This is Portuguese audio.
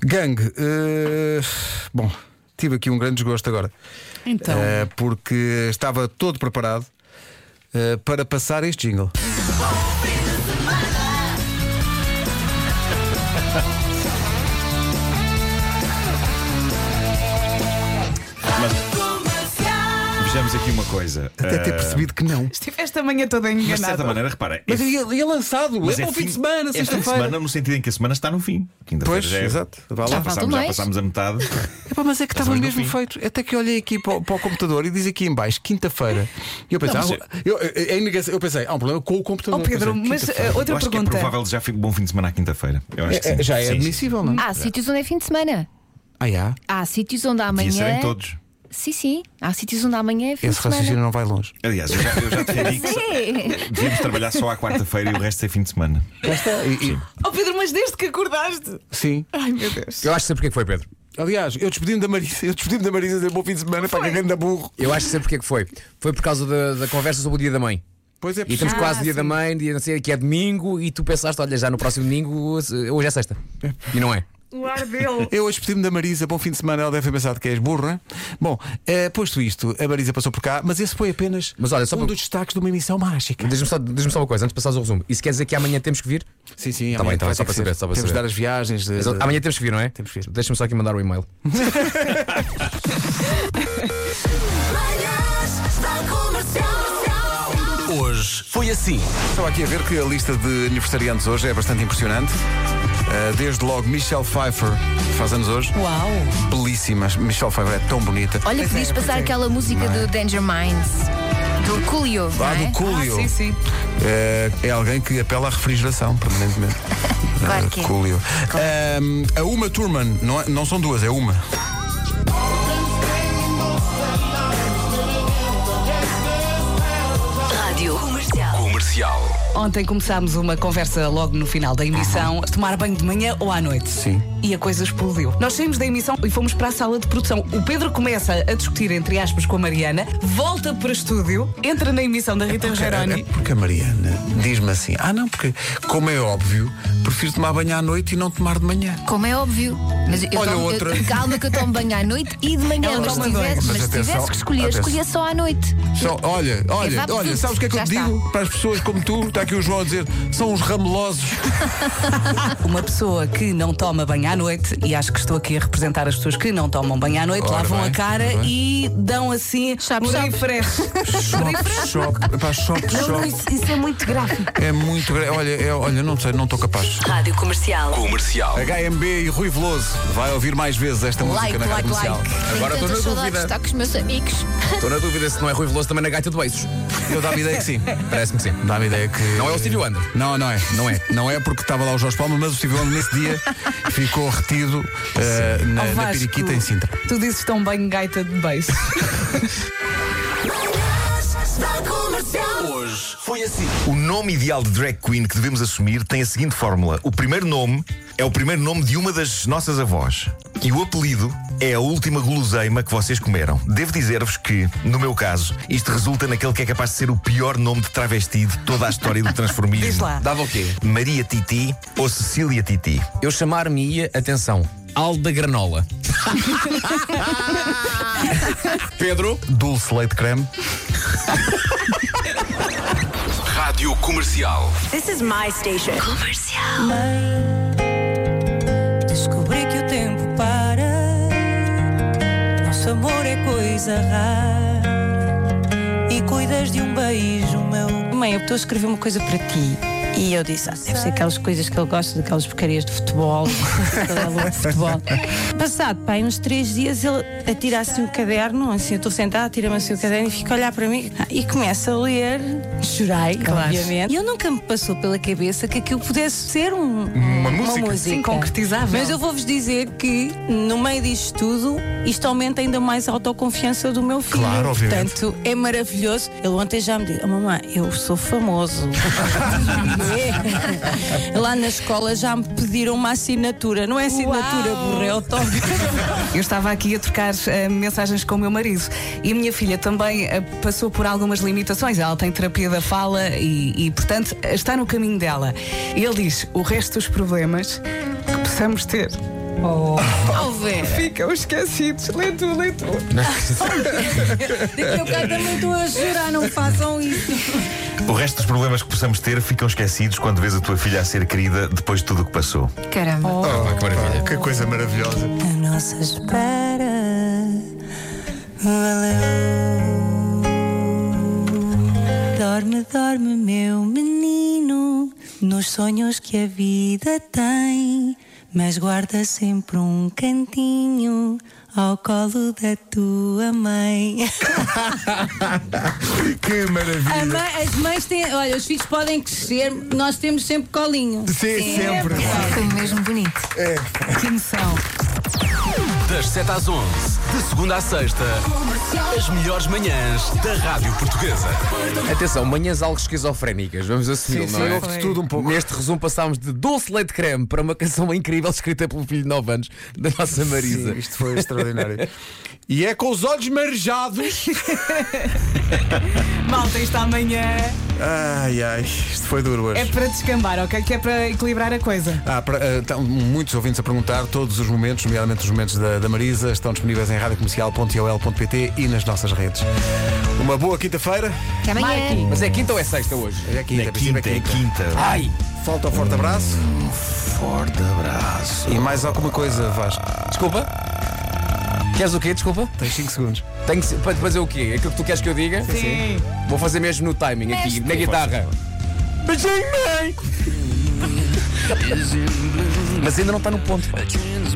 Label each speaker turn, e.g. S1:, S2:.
S1: Gang, eh, bom, tive aqui um grande desgosto agora.
S2: Então.
S3: É.
S1: Eh, porque estava todo preparado eh, para passar este jingle.
S3: Vejamos aqui uma coisa.
S1: Até ter
S3: Ah,
S1: percebido que não.
S2: Estiveste a manhã toda
S3: Mas de certa
S2: enganada.
S3: maneira, repara.
S1: Mas
S3: é-
S1: e é, e é lançado,
S3: mas
S1: é, para o fim de semana,
S3: é fim de
S1: sexta-feira.
S3: semana, no sentido em que a semana está no fim. Quinta-feira
S1: Pois,
S3: já é-
S1: exato. Vá
S3: Já
S1: lá.
S3: passámos, já
S4: mais.
S3: passámos a metade.
S1: Epá, mas é que estava
S3: Mas no
S1: mesmo
S3: fim.
S1: feito. Até que olhei aqui para, o- para o computador e diz aqui em baixo, quinta-feira. E eu pensei,
S3: Não, mas
S1: ah, eu, eu, em negação, eu pensei, há um problema com o computador.
S2: Oh Pedro,
S1: Pensei,
S2: mas
S1: quinta-feira.
S2: eh, outra
S3: Eu acho que é
S2: pergunta.
S3: provável já fique bom fim de semana à quinta-feira. Eu acho que
S1: É- é-
S3: sim.
S1: já é
S3: Sim, Ah, sim.
S1: admissível, não?
S4: Há sítios onde é fim de semana.
S1: Ah, já.
S4: Há sítios onde amanhã.
S3: Devia ser
S1: é?
S3: em todos.
S4: Sim, sim. Há sítios onde amanhã é fim
S1: Esse
S4: de
S1: raciocínio
S4: semana. é.
S1: não vai longe.
S3: Aliás, eu já, eu já defendi que
S4: Sim.
S3: devíamos trabalhar só à quarta-feira e o resto é fim de semana.
S1: Já está. E- e-
S2: Oh Pedro, mas desde que acordaste.
S1: sim.
S2: Ai meu Deus.
S5: Eu acho que sei porque é que foi, Pedro.
S1: Aliás, eu despedi-me da Marisa, eu despedi-me da Marisa de bom fim de semana para ganhando da burro.
S5: Eu acho que sei porque é que foi. Foi por causa da, da conversa sobre o dia da mãe.
S1: Pois é,
S5: E estamos
S1: possível.
S5: quase dia da mãe, dia não sei, que é domingo, e tu pensaste, olha, já no próximo domingo, se- hoje é sexta. E não é.
S2: O ar dele.
S1: Eu hoje pedi-me da Marisa, bom fim de semana, ela deve ter pensado que és burra. Bom, eh, posto isto, a Marisa passou por cá, mas esse foi apenas
S5: Mas olha, só
S1: um
S5: para- Tá
S1: dos destaques de uma emissão mágica.
S5: Diz-me só, diz-me só uma coisa, antes de passares o resumo. Isso quer dizer que amanhã temos que vir?
S1: Sim, sim,
S5: Tá
S1: amanhã
S5: bem, tá bem,
S1: vai
S5: só
S1: ter
S5: para
S1: que ser.
S5: saber, só para
S1: Temos de
S5: saber.
S1: dar as viagens. De,
S5: Mas
S1: de-
S5: amanhã temos que vir, não é?
S1: Temos que vir.
S5: Deixa-me só aqui mandar o e-mail.
S6: Manhãs da Comercial.
S7: Hoje foi assim.
S1: Estava aqui a ver que a lista de aniversariantes hoje é bastante impressionante. Eh, desde logo Michelle Pfeiffer, que faz anos hoje.
S2: Uau.
S1: Belíssima, Michelle Pfeiffer é tão bonita.
S4: Olha, podias passar aquela música do Danger Minds. Do Coolio.
S1: Lá
S4: não
S1: do
S4: é?
S1: Coolio.
S2: Ah, sim, sim.
S1: Eh, é alguém que apela à refrigeração permanentemente. Ah,
S4: Claro que é.
S1: Coolio. Ahm, a Uma Turman, não, é- não são duas, é uma.
S6: Rádio Comercial.
S7: Comercial.
S2: Ontem começámos uma conversa logo no final da emissão, tomar banho de manhã ou à noite.
S1: Sim.
S2: E a coisa explodiu. Nós saímos da emissão e fomos para a sala de produção. O Pedro começa a discutir, entre aspas, com a Mariana, volta para o estúdio, entra na emissão da Rita
S1: É
S2: Rogeroni.
S1: porque a Mariana diz-me assim: ah, não, porque, como é óbvio, prefiro tomar banho à noite e não tomar de manhã.
S4: Como é óbvio. Mas eu
S1: Olha
S4: tomo- eu-
S1: outra.
S4: calma que eu tomo banho à noite e de manhã.
S2: Ela
S4: mas se
S2: toma
S4: tivesse,
S2: dois.
S4: mas
S1: Mas
S4: se
S1: atenção,
S4: tivesse que escolher,
S1: atenção.
S4: escolhia só à noite.
S1: Só- olha, olha,
S4: vá
S1: olha,
S4: tudo.
S1: sabes o que é que
S4: Já
S1: eu te
S4: está.
S1: digo para as pessoas como tu? Está aqui o João a dizer: são uns ramelosos.
S2: Uma pessoa que não toma banho à noite, e acho que estou aqui a representar as pessoas que não tomam banho à noite,
S1: Ora
S2: lavam
S1: bem,
S2: a cara
S1: ora
S2: e dão assim
S4: Chape,
S2: um
S4: chape.
S2: refresh.
S1: Shop, shop, pá, shop, shop.
S4: Isso, é muito gráfico.
S1: É muito. gra- Olha, é- olha, não sei, não estou capaz.
S6: Rádio Comercial.
S7: Comercial.
S1: HMB e Rui Veloso vai ouvir mais vezes esta
S4: Like,
S1: música na
S4: like,
S1: rádio
S4: like.
S1: comercial.
S4: Tenho
S5: Agora estou na
S4: tantas saudades de
S5: dúvida.
S4: Estar com os meus amigos.
S5: Estou na dúvida se não é Rui Veloso também na gaita de beijos.
S1: Eu dava a ideia que sim.
S5: Parece-me que sim.
S1: Dá-me a ideia que.
S5: Não é o Stevie Wonder.
S1: Não, não é, não é. Não é porque estava lá o Jorge Palma, mas o Stevie Wonder nesse dia ficou retido eh, na,
S2: Ó,
S1: na
S2: Vasco,
S1: periquita em Sintra.
S2: Tu dizes tão bem gaita de beijo.
S6: Manhãs da Comercial.
S7: Hoje foi assim.
S3: O nome ideal de drag queen que devemos assumir tem a seguinte fórmula: o primeiro nome é o primeiro nome de uma das nossas avós. E o apelido é a última guloseima que vocês comeram. Devo dizer-vos que, no meu caso, isto resulta naquele que é capaz de ser o pior nome de travesti de toda a história do transformismo.
S2: Diz lá.
S5: Dava o quê?
S3: Maria Titi ou Cecília Titi.
S5: Eu chamar-me-ia, atenção, Alda Granola. Pedro?
S1: Dulce Leite Creme.
S7: Rádio Comercial.
S6: This is my station. Comercial.
S8: Descobri que o tempo para. Nosso amor é coisa rara. E cuidas de um beijo, meu. Mãe, eu estou a escrever uma coisa para ti. E eu disse, ah, deve ser aquelas coisas que ele gosta, daquelas porcarias de futebol, ele é louco de futebol. Passado, pai, uns três dias, ele atira assim o caderno, assim, eu estou sentada, atira-me assim o caderno e fica a olhar para mim Ah, e começa a ler. Chorei, obviamente. E eu nunca me passou pela cabeça que aquilo pudesse ser um- uma, música.
S2: Sim, concretizável.
S8: Mas eu vou-vos dizer que, no meio disto tudo, isto aumenta ainda mais a autoconfiança do meu filho.
S1: Claro, obviamente.
S8: Portanto, é maravilhoso. Ele ontem já me disse: oh, Mamãe, eu sou famoso. É. Lá na escola já me pediram uma assinatura. Não é assinatura, burro, é autógrafo.
S2: Eu estava aqui a trocar eh, mensagens com o meu marido e a minha filha também eh, passou por algumas limitações. Ela tem terapia da fala e, e, portanto, está no caminho dela. E ele diz: o resto dos problemas que possamos ter. Oh,
S4: Ao ver.
S2: Ficam esquecidos. Lê tu, lê tu.
S8: Eu cá também estou a jurar, não façam isso.
S3: O resto dos problemas que possamos ter ficam esquecidos quando vês a tua filha a ser querida depois de tudo o que passou.
S4: Caramba.
S1: que maravilha. Que coisa maravilhosa.
S8: A nossa espera valeu. Dorme, dorme, meu menino, nos sonhos que a vida tem, mas guarda sempre um cantinho ao colo da tua mãe.
S1: Que maravilha.
S8: as mães têm, olha, os filhos podem crescer, nós temos sempre colinho.
S4: Ah,
S1: Sim, sempre.
S4: Foi mesmo bonito.
S2: Que emoção.
S7: Das 7 às 11, de segunda à sexta, as melhores manhãs da Rádio Portuguesa.
S5: Atenção, manhãs algo esquizofrénicas, vamos assumir, não é?
S1: Houve tudo um pouco.
S5: Neste resumo passámos de Doce Leite Creme para uma canção incrível escrita pelo filho de 9 anos da nossa Marisa.
S1: Sim, isto foi extraordinário. E é com os olhos marejados.
S2: Malta, isto amanhã
S1: Ai, ai, isto foi duro hoje.
S2: é para descambar, ok? Que é para equilibrar a coisa.
S1: Ah, pra- ah, estão muitos ouvintes a perguntar, todos os momentos, nomeadamente os momentos da, da Marisa, estão disponíveis em radiocomercial.ol.pt e nas nossas redes. Uma boa quinta-feira.
S4: Até amanhã.
S5: Mas é quinta ou é sexta hoje?
S1: É quinta,
S3: Na
S1: princípio
S3: quinta, é quinta.
S5: Ai!
S1: Falta um forte abraço
S3: Forte abraço.
S1: e mais alguma coisa, Vasco.
S5: Desculpa? Queres o quê? Desculpa?
S1: Tens 5 segundos.
S5: Tenho que, para fazer o quê? Aquilo que tu queres que eu diga?
S2: Sim.
S5: Vou fazer mesmo no timing aqui, na guitarra. Beijinho, mãe! Mas ainda não está no ponto.